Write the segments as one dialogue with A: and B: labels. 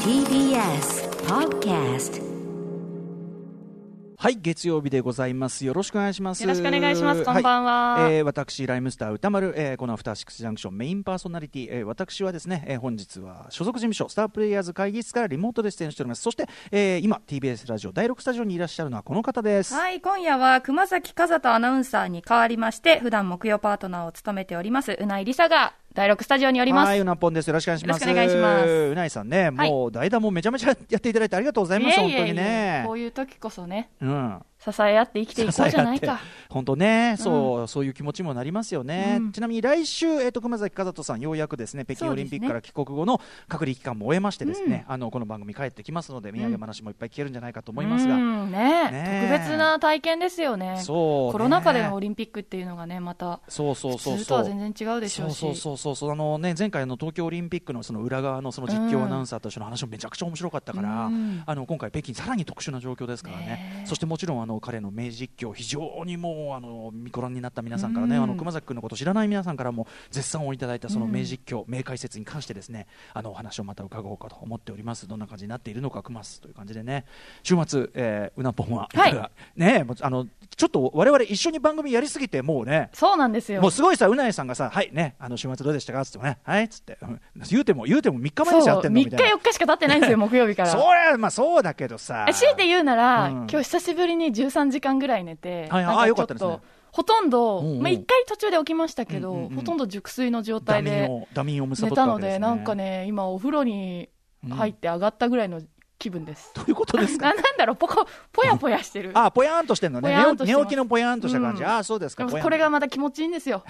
A: TBS Podcast
B: はい、月曜日でございます。よろしくお願いします。
C: よろしくお願いしますこんばんは
B: えー私、ライムスター歌丸、えーこのアフターシックスジャンクションメインパーソナリティ、えー私はですね、えー本日は所属事務所、スタープレイヤーズ会議室からリモートで出演しております。そして、えー今、TBS ラジオ第6スタジオにいらっしゃるのはこの方です。
C: はい、今夜は熊崎風人アナウンサーに代わりまして、普段木曜パートナーを務めております、うないりさが、第6スタジオにおりま
B: は
C: す。
B: い、
C: いう
B: なぽんです。よろしくお願いします。
C: よろしくお願いします
B: うないさんね、
C: はい
B: もう代打もめちゃめちゃやっていただいてありがとうございます。本当にね
C: こ。ういう時こそね、
B: うん。
C: 支え合って生きていこうじゃない
B: 支え合
C: か
B: って。本当ね、そう、そういう気持ちもなりますよね。ちなみに来週、えっ、と、熊崎和人さん、ようやくですね、北京
C: そ
B: オ
C: うで
B: リ
C: す
B: ン
C: ね
B: ピックから帰国後の隔離期間も終えましてですね、あの、この番組帰ってきますので、土産話もいっぱい聞けるんじゃないかと思いますが、
C: うん、
B: ね
C: ね
B: え
C: 特別な体験ですよね。
B: そうね
C: コロナ禍でのオリンピックっていうのがね、また、
B: そうそうそう
C: 普通と
B: そう。
C: は全然違うでしょうし。
B: そうそうそうそうあのね前回の東京オリンピックのその裏側のその実況アナウンサーとしての話もめちゃくちゃ面白かったから、
C: うん
B: あの今回北京さらに特殊な状況ですからね
C: ねえ
B: そしてもちろんあの彼の名実況非常にもうあの見ご覧になった皆さんからね、
C: うん
B: あの熊崎君のこと知らない皆さんからも絶賛をいただいたその名実況、名解説に関してですねあのお話をまた伺おうかと思っておりますどんな感じになっているのか熊すという感じでね週末、えーうなぽんは、
C: はい
B: かが ねもうあのちょっと我々一緒に番組やりすぎてもうね
C: そうなんですよ。
B: もうすごいさ、うなえさんがさ、はいね、あの週末どうでしたかっつってもね、はいっつって、うん言うても、言うても3日前でしょやってんのみ
C: 3日
B: たいな。
C: 4日しか経ってないんですよ、木曜日 から。
B: そりゃ、まあそうだけどさ
C: あ。強いて言うなら、
B: うん
C: 今日久しぶりに13時間ぐらい寝て、
B: はいはい
C: なん
B: あよ
C: ち
B: か
C: ょ
B: っ
C: った
B: ですね
C: と、ほとんど、
B: うんうん
C: まあ、1回途中で起きましたけど、
B: うんうんうん
C: ほとんど熟睡の状
B: ダ
C: 態
B: ミン
C: で
B: を、ダミンをむさ
C: 寝
B: ぼったた
C: の
B: わけ
C: で、
B: です、ね、
C: なんかね、今、お風呂に入って上がったぐらいの気分です。
B: どういうことですか
C: ななんだろう、ぽこ、ぽやぽやしてる。
B: あ、ぽやーんとしてんのね。
C: ぽやーん
B: 寝起
C: とし
B: 寝
C: てます
B: 起きのぽやーんとした感じ。
C: うん
B: ああ、そうです
C: で
B: か。
C: も
B: ぽやーん
C: これがまた気持ちいいん ですよ。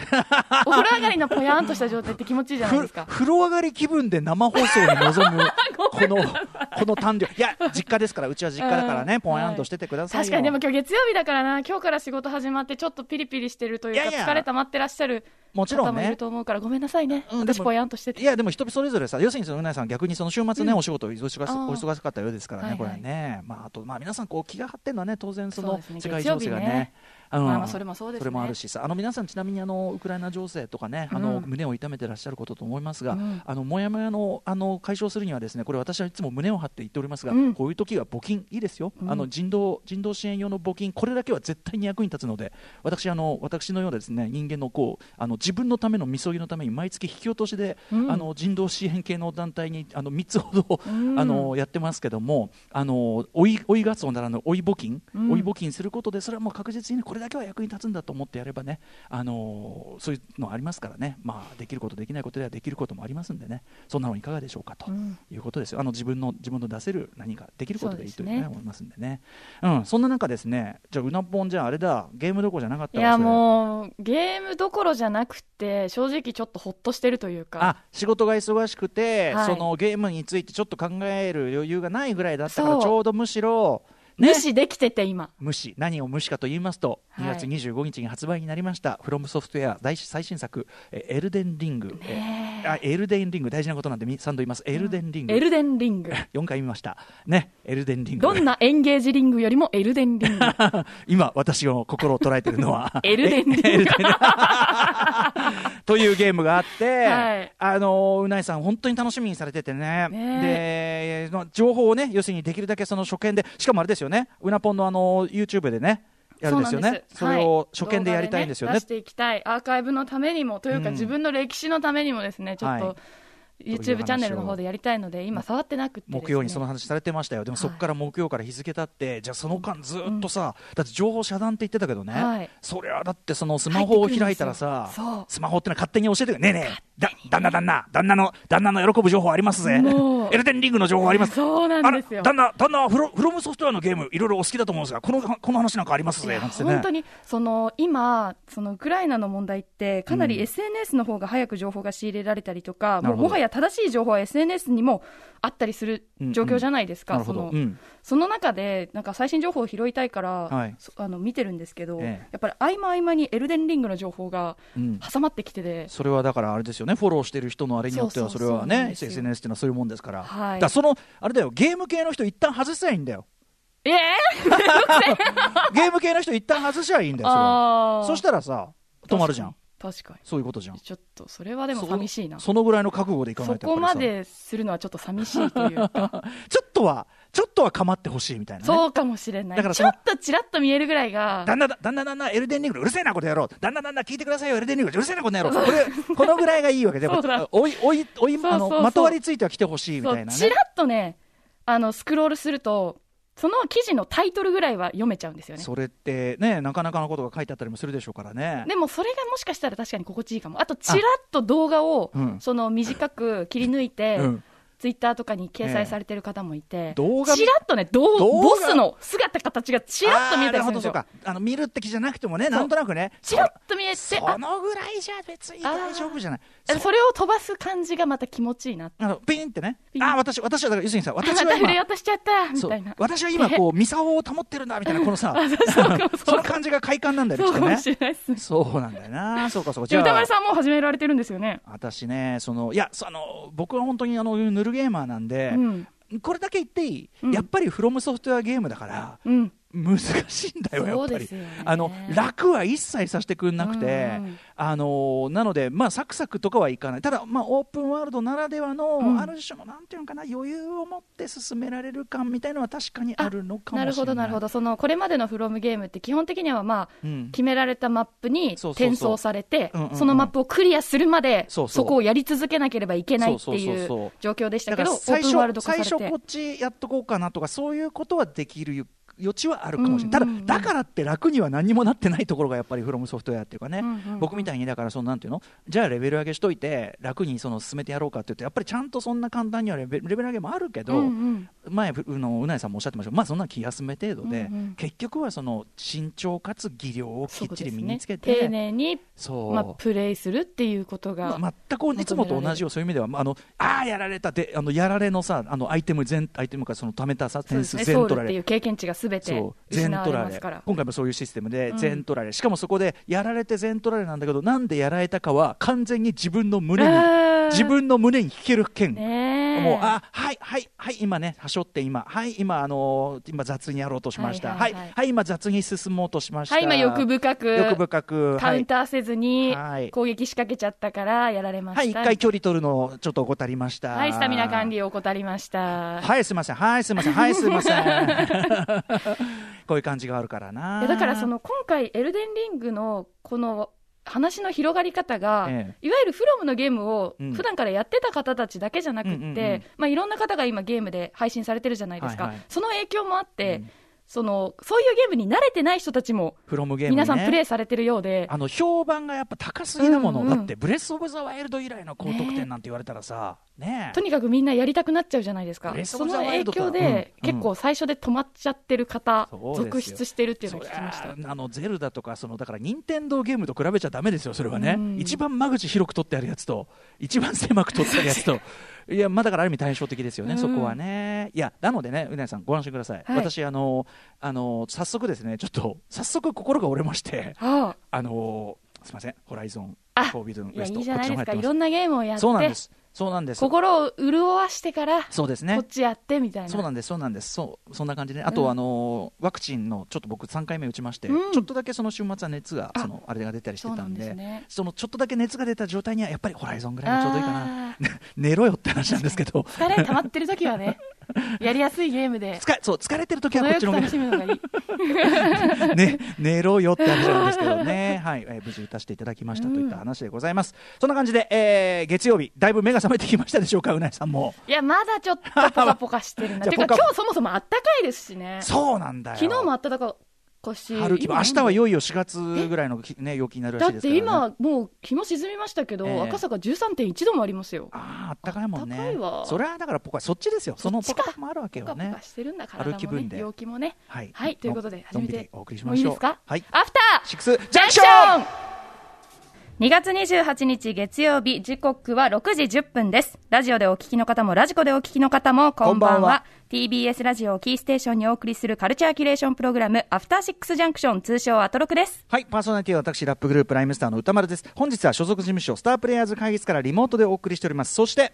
C: お風呂上がりのぽやんとした状態って気持ちいいじゃないですか
B: ふ。風呂上がり気分で生放送に臨むこのこの短慮いや実家ですからうちは実家だからね、
C: うん
B: ぽやーんとしててくださいよ
C: 確かにでも今日月曜日だからな、今日から仕事始まって、ちょっとピリピリしてるというか、
B: いやいや
C: 疲れ溜まってらっしゃる
B: もちろ
C: 方
B: ん
C: もいる
B: ね
C: と思うから、ごめんなさいね、
B: うんでも
C: 私、ぽやんとしてて
B: い。やでも人それぞれさ要するにそのうなえさん逆にその週末ね、お仕事お忙しお
C: あー
B: 忙しかったようですからね、
C: はい
B: こ
C: はい
B: れねまああとまあ皆さんこう気が張ってるのはね当然そ
C: そ
B: の
C: うですね
B: 世界情勢が
C: 月曜日
B: ね
C: ね。
B: うん
C: まあまあそれもそうですね
B: それもあるしさあの皆さんちなみにあのウクライナ情勢とかねあの、
C: うん
B: 胸を痛めてらっしゃることと思いますが、
C: うん
B: あのもやもやのあの解消するにはですねこれ私はいつも胸を張って言っておりますが、
C: うん
B: こういう時は募金いいですよ、
C: うん
B: あの人道人道支援用の募金これだけは絶対に役に立つので私あの私のようなですね人間のこうあの自分のためのみそぎのために毎月引き落としで、
C: うん
B: あの人道支援系の団体にあの3つほど、
C: うん
B: あのやってますけどもあの追い追いガツオならぬ追い募金、
C: うん
B: 追い募金することでそれはもう確実にこれだけは役に立つんだと思ってやればねあのそういうのありますからね、まあ、できることできないことではできることもありますんでねそんなのいかがでしょうかと。
C: うん
B: いうことですよあの自分の自分の出せる何かできることでいいという、
C: そう
B: ね
C: ですね
B: 思いますんでね、うん、そんな中ですねじゃあうなぽんじゃああれだゲームどころじゃなかった
C: い
B: わ
C: や
B: それ
C: もうゲームどころじゃなくて正直ちょっとほっとしてるというか
B: あ仕事が忙しくて、
C: はい
B: そのゲームについてちょっと考える余裕がないぐらいだったから
C: そう
B: ちょうどむしろ、ね、
C: 無視できてて今
B: 無視何を無視かと言いますと、
C: はい
B: 2月25日に発売になりました「フロムソフトウェア大最新作「えエルデンリング」
C: ね
B: えあエルデンリング大事なことなんでみ3度言いますエルデンリング、
C: エルデンリング
B: 4回見ましたねエルデンリング
C: どんなエンゲージリングよりもエルデンリング
B: 今私の心を捉えてるのは
C: エルデンリング
B: えエルデンというゲームがあって、
C: はい
B: あのうないさん本当に楽しみにされててねで
C: ね
B: まあ情報をね要するにできるだけその初見でしかもあれですよねうなぽんのあの YouTube でねやるんですよ
C: そうなん
B: ねそれを初見でやりたいんですよ
C: は
B: ね
C: 動画で出していきたいアーカイブのためにもというか、
B: うん
C: 自分の歴史のためにもですねちょっ
B: はい
C: と YouTube チャンネルの方でやりたいので今触ってなくてですね、
B: 木曜にその話されてましたよ、でも
C: はい
B: そこから木曜から日付経って、じゃあその間ずっとさ、だって情報遮断って言ってたけどね、
C: はい
B: そりゃだってそのスマホを開いたらさ
C: 入ってくるんですよそう、
B: スマホってのは勝手に教えてくれ、ねえねえ、だ旦那、旦那、旦那の旦那の喜ぶ情報ありますぜ
C: も、う
B: エルデンリングの情報あります。
C: そうなんですよ
B: あら旦那、旦那フロ、フロムソフトウェアのゲーム、いろいろお好きだと思うんですが、このこの話なんかあります
C: い
B: ぜ、
C: や
B: なんつってね。
C: 本当にその今そのウクライナの問題ってかな
B: う
C: り
B: ん
C: SNS の方が早く情報が仕入れられたりとか、
B: なる
C: もう
B: ほど
C: もはや正しい情報は SNS にもあったりする状況じゃないですか、
B: なるほ
C: そ
B: ど
C: の、
B: うん
C: その中でなんか最新情報を拾いたいから、
B: はい
C: そあの見てるんですけど、
B: ええ
C: やっぱり合間合間にエルデンリングの情報が
B: うん
C: 挟まってきてて、
B: それはだからあれですよね、フォローしてる人のあれによっては、
C: そ
B: そうれ
C: そうそう
B: は
C: なん
B: ね、
C: ですよ
B: SNS っていうのはそういうもんですから、
C: はい
B: だからその、あれだよ、ゲーム系の人、一旦外せばいいんだ よ、
C: ええ
B: ゲーム系の人、一旦外しゃいいんだよ、それは
C: あー
B: そしたらさ、止まるじゃん、
C: 確か
B: そういうことじゃん
C: に。ちょっと、それはでも
B: そ
C: 寂しいな。
B: そのぐらいの覚悟でいかな
C: そ
B: いとや
C: こ
B: っぱりさ
C: までするのはちょっと寂しいというか、
B: ちょっとはちょっとは構ってほしいみたいな、ね、
C: そうかもしれな
B: だから
C: い。
B: そ
C: ち
B: の
C: ょっとちらっと見えるぐらいが、
B: 旦那だ、旦那旦那、エルデンリング、うるせえな、この野郎。旦那旦那、聞いてくださいよ、エルデンリング、うるせえな、この野郎。これ、このぐらいがいいわけで、
C: そうだ
B: おい、おい、おい、
C: そう
B: あ
C: そうそ
B: の、
C: う
B: まとわりついては来てほしいみ
C: そ、
B: たいうな
C: ち
B: ね
C: ら。っとね、あの、スクロールすると、その記事のタイトルぐらいは読めちゃうんですよね。
B: それってね、なかなかのことが書いてあったりもするでしょうからね。
C: でもそれがもしかしたら確かに心地いいかも。あと、ちらっと動画を
B: う、ん
C: その短く切り抜いて、
B: うん
C: ツイッターとかに掲載されてる方もいて、
B: 動画
C: ちらっとね、どう
B: 動画
C: ボスの姿形がちらっと見えたり
B: あーなる
C: す
B: ほ
C: る
B: ど
C: んです
B: そう
C: よ。
B: かあの見るって気じゃなくてもね、
C: そう
B: なんとなくね、
C: ちらっと見えて、
B: そ
C: あ
B: そのぐらいじゃ別に大丈夫じゃない、
C: それを飛ばす感じがまた気持ちいいな。
B: あのピンってね、
C: ピン
B: あー私、私はだから、要するにさ、
C: ま
B: 私は
C: た触れ
B: 今
C: よう、としちゃったみ
B: そ
C: たいうな。
B: 私は今、こう、ミサオを保ってるんだみたいな、この さ、 その感じが快感なんだよね、
C: そ
B: き
C: う
B: っ
C: か
B: とね
C: も。しれないですね。
B: そうなんだよ な、そうか、そうか、
C: で
B: じゃ
C: 歌
B: あ
C: 丸。さんもう始められてるんですよね。
B: 私ね、そのいやそあの僕は本当にあのヌルゲーマーなんで、
C: うん。
B: これだけ言っていい、
C: うん
B: やっぱりフロムソフトウェアゲームだから、
C: うん。
B: 難しいんだよ、やっ
C: そ
B: ぱ
C: うで
B: り
C: すよね。
B: あの楽は一切させてくれなくて、
C: うんうん
B: あのなので、まあ、サクサクとかはいかない、ただ、まあ、オープンワールドならではの、
C: うん
B: ある種のなんていうのかな、余裕を持って進められる感みたいのは確かにあるのかもしれない。
C: なるほど、なるほど。その、これまでのフロムゲームって基本的にはまあ、
B: うん
C: 決められたマップに
B: そうそうそう
C: 転送されて
B: うんうんう、ん
C: そのマップをクリアするまで、
B: そう
C: そ
B: そう
C: こをやり続けなければいけないって
B: そうそう
C: い
B: そう
C: う
B: そう
C: 状況でした
B: だ
C: け
B: か
C: ど、
B: ら
C: オ
B: 最
C: ープンワール
B: 初
C: ド化さ
B: 最
C: れ
B: 初こ
C: て
B: っ。ちやっとこうかなとかそういうことはできる余余地はあるかもしれない、
C: うんうんうん
B: ただ、だからって楽には何にもなってないところがやっぱりフロムソフトウェアっていうかね、
C: うんうんうん
B: 僕みたいにだからそのなんていうのじゃあレベル上げしといて楽にその進めてやろうかって言うとやっぱりちゃんとそんな簡単にはレベレベル上げもあるけど、
C: うんうん
B: 前ふうのうなえさんもおっしゃってましたけどまあそんな気休め程度で、
C: うんうん
B: 結局はその慎重かつ技量をきっちり身につけ
C: そうで
B: て
C: すね丁寧に、
B: そう
C: まあ、プレイするっていうことが、
B: ま全くいつもと同じよ、そういう意味では、まあ、あのあーやられたで、あのやられのさ、あのアイテム全、アイテムからその貯めたさ、
C: そう
B: 点
C: です
B: 数
C: ね、
B: 全
C: ソウ
B: 取
C: ル
B: ら
C: ってい
B: れ、
C: う経験値がすべて
B: そう、
C: 失
B: 全
C: わ
B: 取
C: れ
B: ら
C: ます
B: れ
C: から、。
B: 今回もそういうシステムで、
C: うん
B: 全取られ、しかもそこでやられて全取られなんだけど、なんでやられたかは、完全に自分の胸に、
C: あー
B: 自分の胸に引ける剣。
C: ねえ
B: もうあはいはいはい今ねはしょって今はい今あのー今雑にやろうとしましたは
C: はいい
B: は
C: はいい、はい
B: 今雑に進もうとしました
C: はい、今、欲深く、
B: 欲深く
C: カ
B: は
C: ウン
B: い
C: ターせずに
B: はい、
C: 攻撃仕掛けちゃったから、やられました。
B: はい一回距離取るのをちょっと怠りました
C: はい、スタミナ管理を怠りました。
B: はい、すいません。はい、すいません。はい、すいませ ん。こういう感じがあるから
C: い
B: な
C: や。だからその今回、エルデンリングのこの話の広がり方が、
B: え
C: いわゆるフロムのゲームを
B: うん
C: 普段からやってた方たちだけじゃなくって、
B: うんうんうん
C: まあ、いろんな方が今、ゲームで配信されてるじゃないですか、
B: はいはい
C: その影響もあって、
B: うん
C: その、そういうゲームに慣れてない人たちも、
B: フロムゲーム、ね、
C: 皆さんプレイされてるようで、
B: あの評判がやっぱ高すぎなもの、
C: うんうん
B: だってブレス・オブ・ザ・ワイルド以来の高得点なんて言われたらさ、ねえ
C: とにかくみんなやりたくなっちゃうじゃないですか
B: ブレ、スオ
C: そ
B: ブ
C: の
B: ザワイ
C: 影
B: ルドか
C: 響で、
B: うんうん
C: 結構最初で止まっちゃってる方、
B: そうですよ
C: 続出してるっていうのを聞きまし
B: そ
C: た
B: り。ゃあのゼルダとか、そのだから任天堂ゲームと比べちゃだめですよ、それはね、
C: うん
B: 一番間口広く取ってあるやつと、一番狭く取ってあるやつ と、いや、まあ、だからある意味対照的ですよね、
C: うん
B: そこはね。いや、なのでね、うなぎさん、ご安心ください、
C: はい
B: 私あのあの、早速ですね、ちょっと、早速心が折れまして、
C: ああ
B: あのーすみません、ホライゾン、
C: あ
B: フォービドゥン
C: い
B: ウエ
C: や、
B: ス
C: い
B: ト、
C: いじゃないですか、いろ
B: なん
C: なゲームをやって
B: そうなんです、そうなんです、
C: 心を潤わしてから、
B: そうです
C: こ
B: ね
C: っ。ちやってみたいな。
B: そうなんです、そうなんです、そう、そんな感じで、ね、あと、
C: うん
B: あのーワクチンの、ちょっと僕3回目打ちまして、
C: うん
B: ちょっとだけその週末は熱が、
C: あ
B: そのあれが出たりしてたんで。
C: そうなんですね
B: そのちょっとだけ熱が出た状態にはやっぱりホライゾンぐらいがちょうどいいかな
C: あ
B: 寝ろよって話なんですけど
C: 疲れ溜まってる時 はね、やりやすいゲームで、
B: 疲れそう疲れてる時は
C: 程
B: こっ
C: よ
B: ち
C: く
B: の
C: 楽しむのが いい。
B: ね、寝ろよって話なんですけどね、はいえー無事打たせていただきましたといった話でございます、そんな感じで、えー月曜日だいぶ目が覚めてきましたでしょうかうなえさんも
C: いや、まだちょっとポカポカしてるな。
B: じゃあ
C: てか、
B: ポカ
C: 今日そもそもあったかいですしね。
B: そうなんだよ
C: 昨日もあったかかし、
B: 春気分明日
C: 今
B: はいよいよ4月ぐらいのき、ね、陽気になるら
C: だ
B: し
C: っ
B: いですか
C: て
B: ら、ね、
C: 今、もう日も沈みましたけど、
B: ええ
C: 赤坂13.1度もありますよ。
B: あーあったかいもんね
C: あったかいわ
B: それはだからポカそっちですよそのポカポカもあるわけ
C: ポ
B: よ
C: カポ
B: ね
C: カしてるんだ、体
B: 歩き
C: も
B: 分
C: ね、
B: で
C: 陽気もね。
B: はい
C: はい、ということで、
B: の
C: 初
B: ん
C: め
B: びり
C: て。
B: お送りし
C: も
B: ま
C: ういい
B: しょう
C: ですか
B: はい
C: アフター
B: シックスジ
C: ジ
B: ャン
C: ャ
B: ク
C: ン
B: シ
C: シ
B: ョン
C: ョン2月28日月曜日時刻は6時10分ですラジオでお聞きの方もラジコでお聞きの方もこんばんは
B: こんばんは
C: TBS ラジオをキーステーションにお送りするカルチャーキュレーションプログラムアフターシックスジャンクション通称アトロクです
B: はい、パーソナリティは私、ラップグループ、ライムスターの歌丸です。本日は所属事務所、スタープレイヤーズ会議室からリモートでお送りしております。そして、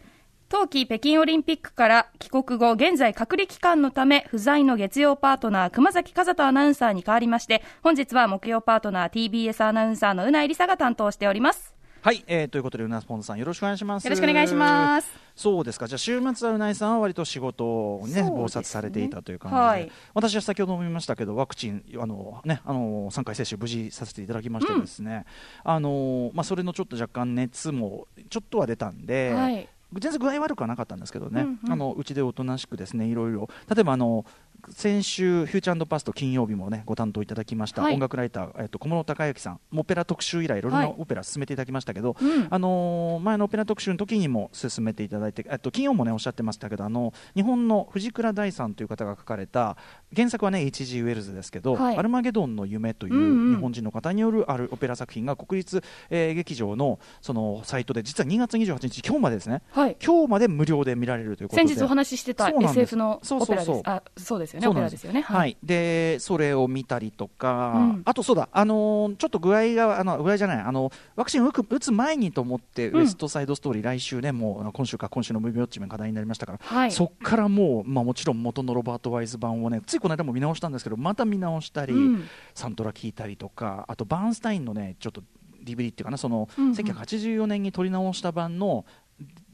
C: 冬季北京オリンピックから帰国後、現在隔離期間のため、不在の月曜パートナー、熊崎和人アナウンサーに代わりまして、本日は木曜パートナー、TBS アナウンサーのうないりさが担当しております。
B: はい、えー、ということでうなぽんさんよろしくお願いします
C: よろしくお願いします
B: そうですかじゃあ週末はうないさんは割と仕事をね
C: そうですね
B: 忙殺されていたという感じで、
C: はい
B: 私は先ほども言いましたけどワクチンあのねあの3回接種無事させていただきましてですね、あのまあそれのちょっと若干熱もちょっとは出たんで、
C: はい
B: 全然具合悪くはなかったんですけどね、
C: うんうん
B: あのうちでおとなしくですねいろいろ例えばあの先週、フューチャーパスト金曜日もねご担当いただきました、
C: はい
B: 音楽ライター、えっと小室孝之さん、オペラ特集以来、いろいろ
C: は
B: ないオペラ進めていただきましたけど、
C: うん
B: あのー前のオペラ特集の時にも進めていただいて、えっと、金曜もねおっしゃってましたけどあの日本の藤倉大さんという方が書かれた原作はね H.G. ウェルズですけど「
C: はい
B: アルマゲドンの夢」とい
C: うんうん
B: う日本人の方によるあるオペラ作品が国立、えー劇場のそのサイトで実は2月28日今日までですね
C: はい。
B: 今日まで無料で見られるということ
C: 先
B: で
C: 日お話ししてた
B: そうなんです
C: SF の
B: そう
C: オ
B: そ
C: ペ
B: う
C: ラ
B: そう
C: です。あ、そうですよね、
B: そ
C: オ
B: う
C: ペ
B: なんで
C: ラですすよね。。
B: はいい、でそれを見たりとか、
C: うん
B: あとそうだ、あのーちょっと具合があの具合じゃないあのワクチンを打く打つ前にと思って、
C: うん
B: ウエストサイドストーリー来週ねもうあの今週か今週のムービーウォッチメン課題になりましたから、
C: はい。
B: そっからもう、まあ、もちろん元のロバート・ワイズ版をねついこの間も見直したんですけどまた見直したり、
C: うん
B: サントラ聞いたりとかあとバーンスタインのねちょっと DVD っていうかなその、
C: うんうん
B: 1984年に撮り直した版の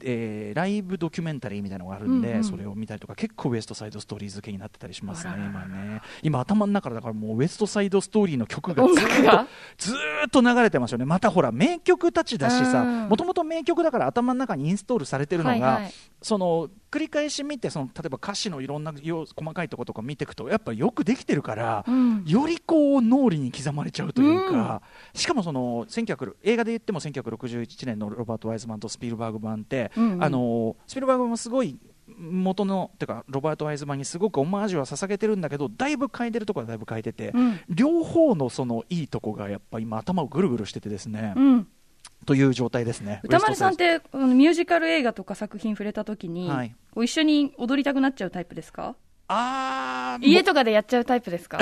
B: えーライブドキュメンタリーみたいなのがあるんで、
C: うんうん
B: それを見たりとか結構ウエストサイドストーリー付けになってたりしますね
C: あらら
B: 今ね今頭の中だからもうウエストサイドストーリーの曲が
C: 音
B: ずー
C: 楽
B: っと
C: が
B: ずーっと流れてますよねまたほら名曲たちだしさ
C: うん
B: もともと名曲だから頭の中にインストールされてるのが、
C: はいはい
B: その繰り返し見てその例えば歌詞のいろんな要細かいとことか見ていくとやっぱよくできてるから、
C: うん
B: よりこう脳裏に刻まれちゃうというか、しかもその1900映画で言っても1961年のロバート・ワイズマンとスピルバーグ版って、
C: うんうん
B: あのスピルバーグもすごい元のてかロバート・ワイズマンにすごくオマージュは捧げてるんだけどだいぶ変えてるところはだいぶ変えてて、
C: うん
B: 両方のそのいいとこがやっぱ今頭をぐるぐるしててですね、
C: うん。
B: という状態ですね。
C: 歌丸さんっ
B: ウエス
C: て、あのミュージカル映画とか作品触れたときに、
B: はい
C: こう一緒に踊りたくなっちゃうタイプです
B: ト
C: か
B: サイドあー
C: 家とかでやっちゃうタイプですか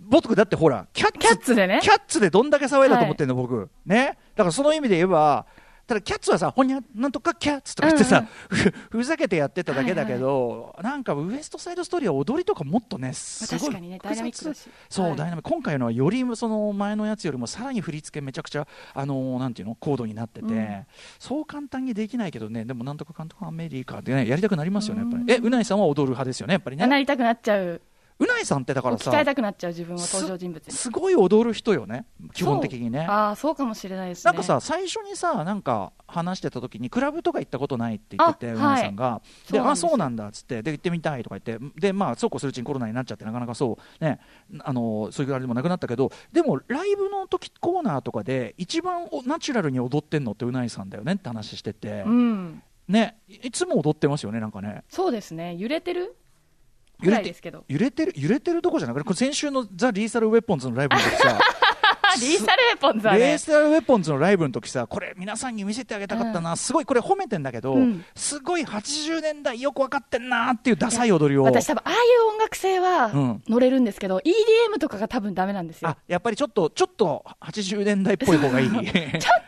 B: 僕だってほらキャッツ
C: キャッツでね
B: キャッツでどんだけ騒いだと思ってんの、僕ねだからその意味で言えばただキャッツはさほにゃなんとかキャッツとか言ってさ、 ふふざけてやってただけだけど、なんかウエストサイドストーリーは踊りとかもっとねすごい
C: 確かにねダイナミックだし
B: そう、
C: はい
B: ダイナミック今回のはよりその前のやつよりもさらに振り付けめちゃくちゃあのーなんていうの高度になってて、
C: うん
B: そう簡単にできないけどねでもなんとか監督アメリカでねやりたくなりますよねやっぱりえうないさんは踊る派ですよねやっぱりね
C: なりたくなっちゃう。
B: うないさんってだから
C: 置き
B: さ
C: 換えたくなっちゃう自分は登場人物に。
B: すごい踊る人よね基本的にね
C: そうああ、そうかもしれないです
B: な
C: ね。
B: んかさ、最初にさなんか話してた時にクラブとか行ったことないって言ってて
C: あ
B: うなぎさんが、
C: い
B: で
C: そうなん
B: あ
C: ですよ
B: そうなんだっつってで行ってみたいとか言ってでまあそうこうするうちにコロナになっちゃってなかなかそうねあのそういうあれでもなくなったけどでもライブの時コーナーとかで一番おナチュラルに踊ってんのってうなぎさんだよねって話してて、
C: うん。
B: ねいつも踊ってますよねなんかね
C: そうですね。揺れてる
B: 揺
C: ぐ
B: れ
C: らい
B: て
C: ですけど。
B: 揺れてる揺れてるとこじゃなくてこれ先週のザ・リーサル・ウェポンズのライブの時 さ
C: あ、リーサルエポンズは
B: レー
C: ね。
B: スラルウェポンズのライブの時さこれ皆さんに見せてあげたかったな、すごいこれ褒めてんだけど、
C: うん
B: すごい80年代よく分かってんなっていうダサい踊りを
C: 私多分、ああいう音楽性
B: うん
C: は乗れるんですけど、EDM とかが多分ダメなんですよ
B: あ。やっぱりちょっとちょっと80年代っぽい方がいい
C: ちょっ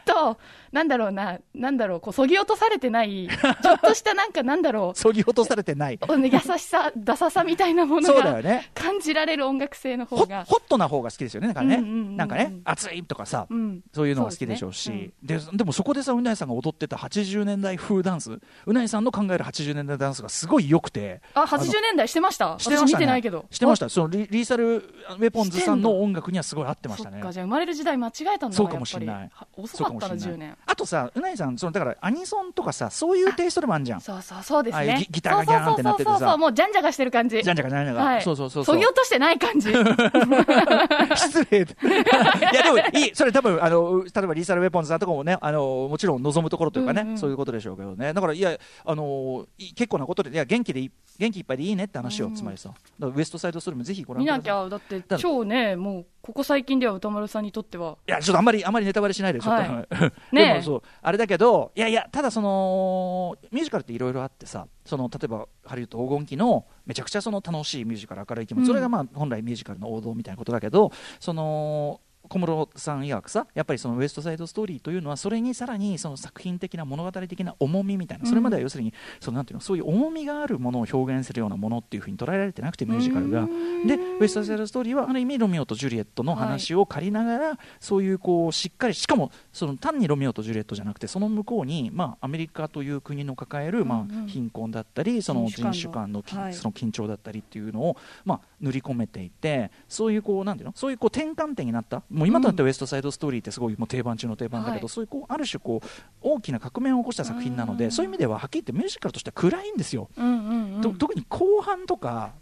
C: と、なんだろうな、なんだろう、こう、そぎ落とされてない、ちょっとしたなんか、なんだろ、
B: そぎ落とされてないう
C: 優しさ、ダサさみたいなもの
B: そうだよ
C: が
B: ね
C: 感じられる音楽性の
B: ホ
C: 方
B: ッ
C: が。
B: ホットな方が好きですよねなんかね、
C: うんうんうんうん
B: なんかね熱いとかさ、
C: うん
B: そういうのが好きでしょうし
C: そうですね
B: で,、でもそこでさうなえさんが踊ってた80年代風ダンスうなえさんの考える80年代ダンスがすごい良くて
C: あ、80年代してました
B: してまし
C: 私
B: た
C: 見
B: ね
C: てないけど。
B: してまし
C: あ
B: たそのリリーサルウェポンズさん
C: して
B: の
C: んだ
B: 音楽にはすごい合ってましたね
C: そっか、じゃあ生まれる時代間違えたんだ
B: そうかもしれない
C: やっぱりは遅かっ
B: そう
C: たな、
B: かもしれ
C: 10
B: ない
C: 年。
B: あとさうなぎさんそのだからアニソンとかさそういうテイストでもあるじゃん
C: そうそうそうです
B: ああいう
C: ね
B: ギ。ギターがギャーンってなっててさ
C: そうそうそうそう、もうじゃんじゃがしてる感じ。
B: じゃんじゃかじゃんじゃか、
C: はい。
B: そうそうそうそう
C: ぎ落としてない感じ。
B: 失礼い やでもいいそれ多分あの例えばリーサルウェポンズさんとかもねあのもちろん望むところというかね、
C: うんうん
B: そういうことでしょうけどねだからいやあのい結構なことでいや元気でい元気いっぱいでいいねって話を、
C: うん
B: つまりさだからウエストサイドストーリーもぜひご覧
C: 見
B: くださ
C: ないきゃ、だって
B: だ、
C: 超ね、もう、ここ最近では歌丸さんにとっては、
B: いやちょっとあんまりあんまりネタバレしないでしょ、
C: はい
B: 多分
C: ねえ
B: でもそうあれだけどいやいやただそのミュージカルっていろいろあってさその例えばハリウッド黄金期のめちゃくちゃその楽しいミュージカル明るい気持ち、
C: うん
B: それがまあ本来ミュージカルの王道みたいなことだけどその小室さん曰くさやっぱりそのウエストサイドストーリーというのはそれにさらにその作品的な物語的な重みみたいなそれまでは要するにそのなんていうのそういう重みがあるものを表現するようなものっていうふうに捉えられてなくてミュージカルがでウエストサイドストーリーはある意味ロミオとジュリエットの話を借りながら、そういうこうしっかりしかもその単にロミオとジュリエットじゃなくてその向こうにまあアメリカという国の抱えるま
C: うんうん
B: あ貧困だったりその人
C: 人種
B: 種
C: 間
B: 間
C: の
B: の
C: はい
B: きその緊張だったりっていうのをまあ塗り込めていてそういうこうなんていうのそういうこう転換点になったもう今となってはウエストサイドストーリーってすごいもう定番中の定番だけど、
C: はい
B: そういうこうある種こう大きな革命を起こした作品なの
C: う
B: で
C: ん
B: そういう意味でははっきり言ってミュージカルとしては暗いんですよ。
C: うんうんうん
B: と特に後半とか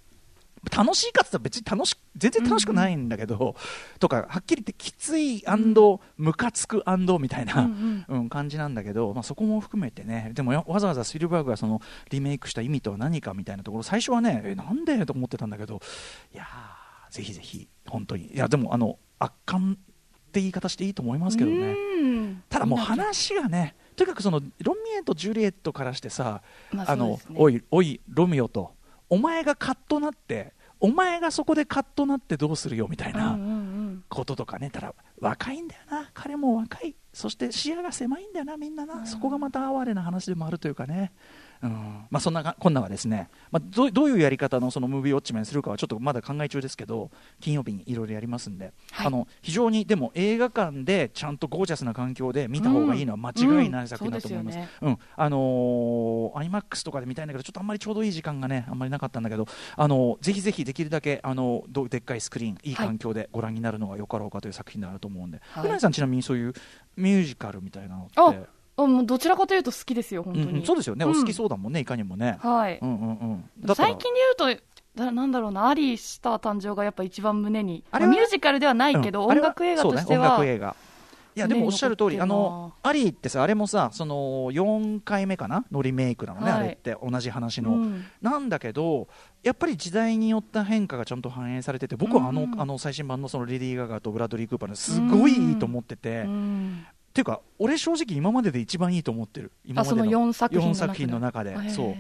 B: 楽しいかって言ったら別に楽し全然楽しくないんだけど、とかはっきり言ってきついムカつくみたいな、
C: う
B: うんん感じなんだけど、まあ、そこも含めてねでもよわざわざスピルバーグがそのリメイクした意味とは何かみたいなところ最初はねえなんでと思ってたんだけどいやーぜひぜひ本当にいやでもあの圧巻って言い方していいと思いますけどね。
C: うん
B: ただもう話がねとにかくそのロミエとジュリエットからしてさ、
C: まあ
B: あ
C: そう
B: の
C: ですね
B: おいおいロミオとお前がカッとなってお前がそこでカッとなってどうするよみたい
C: うんう
B: なん
C: うん
B: こととかね、ただ若いんだよな彼も若いそして視野が狭いんだよなみんなな、
C: うん
B: そこがまた哀れな話でもあるというかね。うんまあ、そんながこんなはですね、まあ、どうどういうやり方のそのムービーウォッチメンするかはちょっとまだ考え中ですけど金曜日にいろいろやりますんで、
C: はい
B: あの非常にでも映画館でちゃんとゴージャスな環境で見た方がいいのは間違いない作品だと思います。
C: うんうん
B: うん、あのーアイマックスとかで見たいんだけど、ちょっとあんまりちょうどいい時間がね、あんまりなかったんだけど、あのーぜひぜひできるだけ、あのーどでっかいスクリーン、いい環境でご覧になるのがよかろうかという作品になると思うんで、
C: はい
B: 船井さん、ちなみにそういうミュージカルみたいなのって、
C: ああもうどちらかというと好きですよ本
B: う
C: 当
B: ん
C: に、
B: うんそうですよね、
C: うん
B: お好きそうだもんね、いかにもね。
C: はい、
B: うんうんうん、だったら
C: 最近で言うとだなんだろうなアリーした誕生がやっぱ一番胸に
B: あれは
C: まあミュージカルではないけど、
B: うんあ
C: 音
B: れは
C: 楽映画として
B: そうね、音
C: は、
B: 楽映画いやでもおっしゃる通り
C: ね
B: あのアリーってさあれもさその4回目かなのリメイクなのね、
C: はい
B: あれって同じ話の、
C: うん
B: なんだけどやっぱり時代によった変化がちゃんと反映されてて僕はあの,、
C: うん
B: あの最新版のそのレディー・ガガとブラッドリー・クーパーのすごいいいと思ってて、
C: う
B: っ
C: ん
B: ていうか俺正直今までで一番いいと思ってる今
C: あ
B: ま
C: そ
B: で
C: の
B: の
C: 4作品の
B: 4
C: 中で
B: 作品の中で
C: へー
B: そう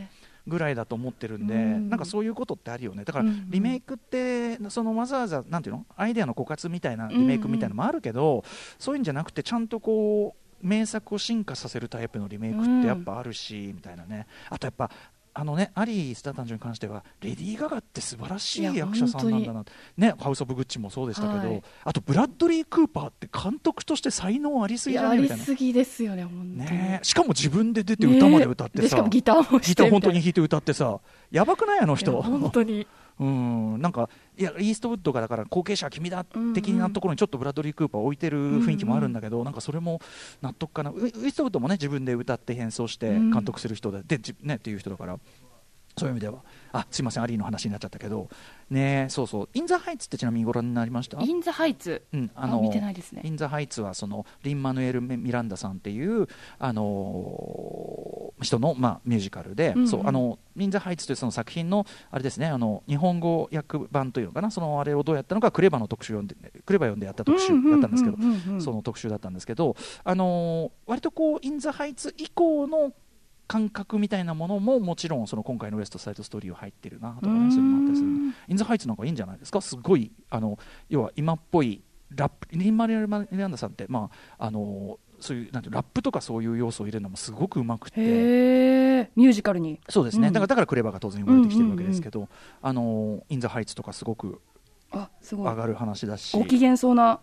B: ぐらいだと思ってるんで、
C: うん
B: なんかそういうことってあるよねだから
C: うんうん
B: リメイクってそのわざわざなんていうのアイデアの枯渇みたいなリメイクみたいなのもあるけど、そういうんじゃなくてちゃんとこう名作を進化させるタイプのリメイクってやっぱあるし、みたいなねあとやっぱあのねアリー・スター誕生に関してはレディー・ガガって素晴らしい役者さんなんだなねハウス・オブ・グッチもそうでしたけど、
C: はい
B: あとブラッドリー・クーパーって監督として才能ありす
C: い
B: ぎじ
C: や
B: ゃ
C: あ
B: ねみ
C: り
B: たいな。
C: すぎですよね本当に
B: ねえしかも自分で出て歌まで歌って
C: ねでし
B: さ、
C: かもギターもして
B: ギター本当に
C: み
B: 弾いて歌ってさやばくないあの
C: た
B: 人
C: いないや本当に
B: うんなんかいやイーストウッドがだから後継者は君だ
C: うんうん
B: 的なところにちょっとブラッドリー・クーパーを置いてる雰囲気もあるんだけど、なんかそれも納得かなウイイーストウッドもね自分で歌って変装して
C: うん
B: 監督する人で,、でじねっていう人だからそういう意味ではあすいませんアリーの話になっちゃったけどねえそうそう「イン・ザ・ハイツ」ってちなみにご覧になりました
C: イン・ザ・ハイツ
B: うん、あ
C: あ
B: の
C: 見てないですね
B: イン・ザ・ハイツはそのリン・マヌエル・ミランダさんっていう、あのー人の、まあ、ミュージカルで、
C: うんうん
B: そうあのイン・ザ・ハイツというその作品のあれですねあの日本語訳版というのかなそのあれをどうやったのかクレバの特集を読んでクレバ読んでやった特集だったんですけど、
C: うううんうんうん
B: その特集だったんですけど、あのー割とこうイン・ザ・ハイツ以降の感覚みたいなものももちろんその今回の「ウエスト・サイド・ストーリー」は入ってるなとかねそういうのもあったりするんでインザハイツなんかいいんじゃないですかすごいあの要は今っぽいラップリンマリアル・マリアンダさんって、まあ、あのそういうなんていうのラップとかそういう要素を入れるのもすごくうまくて。
C: へえミュージカルに
B: そうですね、
C: うん
B: だからだからクレバが当然生まれてきてるわけですけど、あのイン・ザ・ハイツとかすごく
C: あすごい
B: 上がる話だし
C: ご機嫌そうな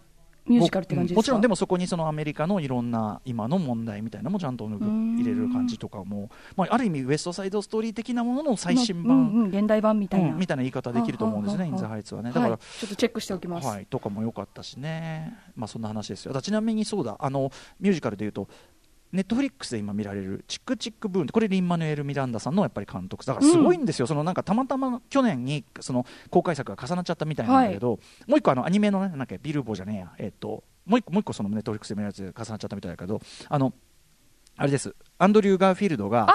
C: ミュージカルって感じですか
B: もちろんでもそこにそのアメリカのいろんな今の問題みたいなのもちゃんと拭
C: うん
B: 入れる感じとかも、まあ、ある意味ウエスト・サイド・ストーリー的なものの最新
C: まあうん
B: 版、
C: うん現代版みたいな、
B: うんみたいな言い方できると思うんですね、
C: は
B: イ
C: は
B: ン・
C: は
B: ザ・ハイツはね。だから、
C: はい、ちょっとチェックしておきます、
B: はい、とかも良かったしね、まあ、そんな話ですよだちなみにそうだあのミュージカルでいうとネットフリックスで今見られる「チックチックブーンって」これリンマヌエル・ミランダさんのやっぱり監督だからすごいんですよ、そのなんかたまたま去年にその公開作が重なっちゃったみたいなんだけど、もう一個あのアニメの、ね、なんだっけビルボじゃねえや、えっともう一個もう一個そのネットフリックスで見られるやつ重なっちゃったみたいだけどあのあれですアンドリュー・ガーフィールドが
C: あ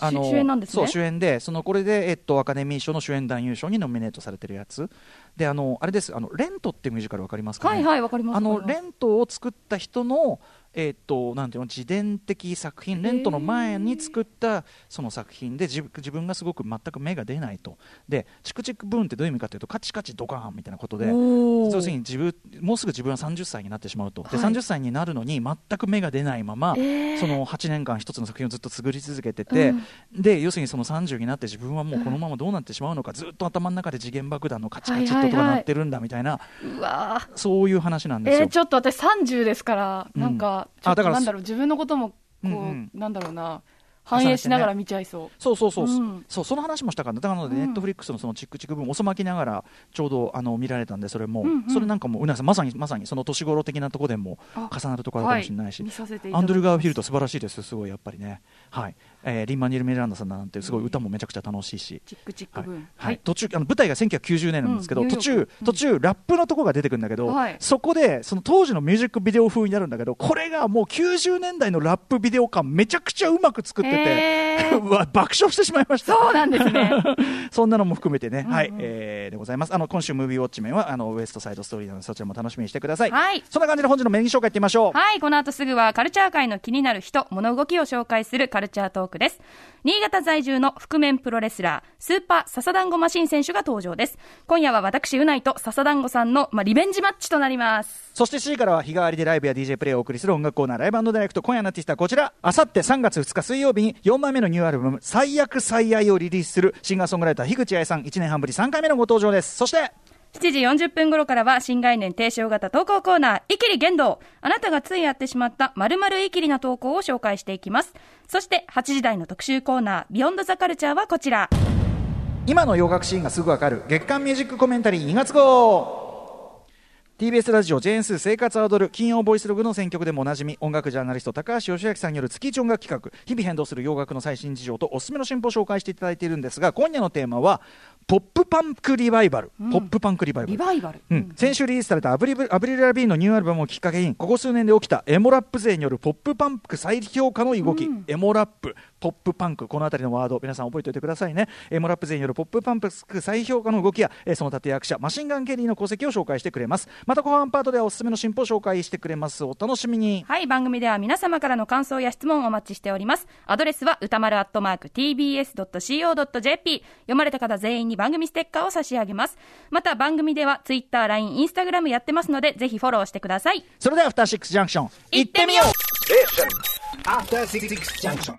C: あ
B: あの
C: 主演なんですね
B: そう主演でそのこれで、えっと、アカデミー賞の主演男優賞にノミネートされてるやつであのあれですあの「レント」ってミュージカルわかりますか、ね
C: はいはいわかります
B: あの
C: わかり
B: レ
C: ま
B: ントを作った人のえーっとなんていうの自伝的作品レントの前に作ったその作品で自自分がすごく全く芽が出ないとでチクチクブーンってどういう意味かというとカチカチドカーンみたいなことで
C: おー
B: 要するに自分もうすぐ自分は30歳になってしまうと、で
C: はい
B: 30歳になるのに全く芽が出ないまま、その8年間一つの作品をずっと作り続けてて、で要するにその30になって自分はもうこのままどうなってしまうのか、ずっと頭の中で次元爆弾のカチカ
D: はい
B: チと
D: はい
B: か
D: はい
B: 鳴ってるんだみたいな、
D: うわー
B: そういう話なんですよ。
D: えー、ちょっと私30ですから、なんか、
B: うん
D: ちょ
B: あ
D: っ
B: だ
D: と
B: から
D: なんだろう、自分のことも、こう、
B: うんうん
D: なんだろうな、反映しながら見ちゃいそう。
B: そうそうそう、
D: うん
B: そうその話もしたからだからなので、
D: うん
B: ネットフリックスのそのチックチク分遅まきながらちょうどあの見られたんでそれも、
D: うんうん
B: それなんかもううなさんまさにまさにその年頃的なとこでも重なるところあるかもしれないし、
D: 見させていただきます
B: アンドル・ガーフィールド素晴らしいですよすごいやっぱりね、はいえーリン・マニュエル・メランダさんなんてすごい歌もめちゃくちゃ楽しいし、
D: チックチッ
B: は
D: ク
B: い
D: 分。
B: はい、途中あの舞台が1990年なんですけど、
D: うん
B: 途
D: ニューヨ
B: 中
D: ークうん
B: 途中ラップのとこが出てくるんだけど、
D: はい
B: そこでその当時のミュージックビデオ風になるんだけどこれがもう90年代のラップビデオ感めちゃくちゃうまく作ってて、
D: へー
B: う わ爆笑してしまいました
D: そうなんですね。
B: そんなのも含めてね、はい、
D: うんうん
B: えーでございます。あの今週ムービーウォッチメンはあのウエストサイドストーリーなのでそちらも楽しみにしてください。
C: はい
B: そんな感じで本日のメニュー紹介いってみましょう。
C: はい、この後すぐはカルチャー界の気になる人、物動きを紹介するカルチャートークです。新潟在住の覆面プロレスラー、スーパー笹団子マシン選手が登場です。今夜は私、うないと笹団子さんの、まあ、リベンジマッチとなります。
B: そして C からは日替わりでライブや DJ プレイをお送りする音楽コーナーライブディレクト今夜のアーティストはこちらあさって3月2日水曜日に4枚目のニューアルバム「最悪最愛」をリリースするシンガーソングライター樋口愛さん1年半ぶり3回目のご登場ですそして
C: 7時40分頃からは新概念提唱型投稿コーナー、イキリ言動。あなたがついやってしまった〇〇イキリな投稿を紹介していきます。そして8時台の特集コーナー、ビヨンドザカルチャーはこちら。
B: 今の洋楽シーンがすぐわかる月刊ミュージックコメンタリー2月号 TBS ラジオ JN2 生活アドル金曜ボイスログの選曲でもおなじみ音楽ジャーナリスト高橋義明さんによる月一音楽企画日々変動する洋楽の最新事情とおすすめの進歩を紹介していただいているんですが今夜のテーマはポップパンクリバイバル、ポップパンクリバイバル
D: リバイバル。
B: うん、先週リリースされたアブリブアブリル・ラビーンのニューアルバムをきっかけにここ数年で起きたエモラップ勢によるポップパンク再評価の動き、エモラップポップパンクこの辺りのワード皆さん覚えておいてくださいねエモラップ勢によるポップパンク再評価の動きや、えーその立役者マシンガン・ケリーの功績を紹介してくれますまた後半パートではおすすめの新報を紹介してくれますお楽しみに
C: はい、番組では皆様からの感想や質問をお待ちしております。アドレスは歌丸アットマーク tbs.co.jp。読まれた方全員に番組ステッカーを差し上げます。また番組では Twitter、LINE、Instagram やってますので、ぜひフォローしてください。
B: それでは「アフターシックス・ジャンクション」行ってみよう
E: After Six Junction.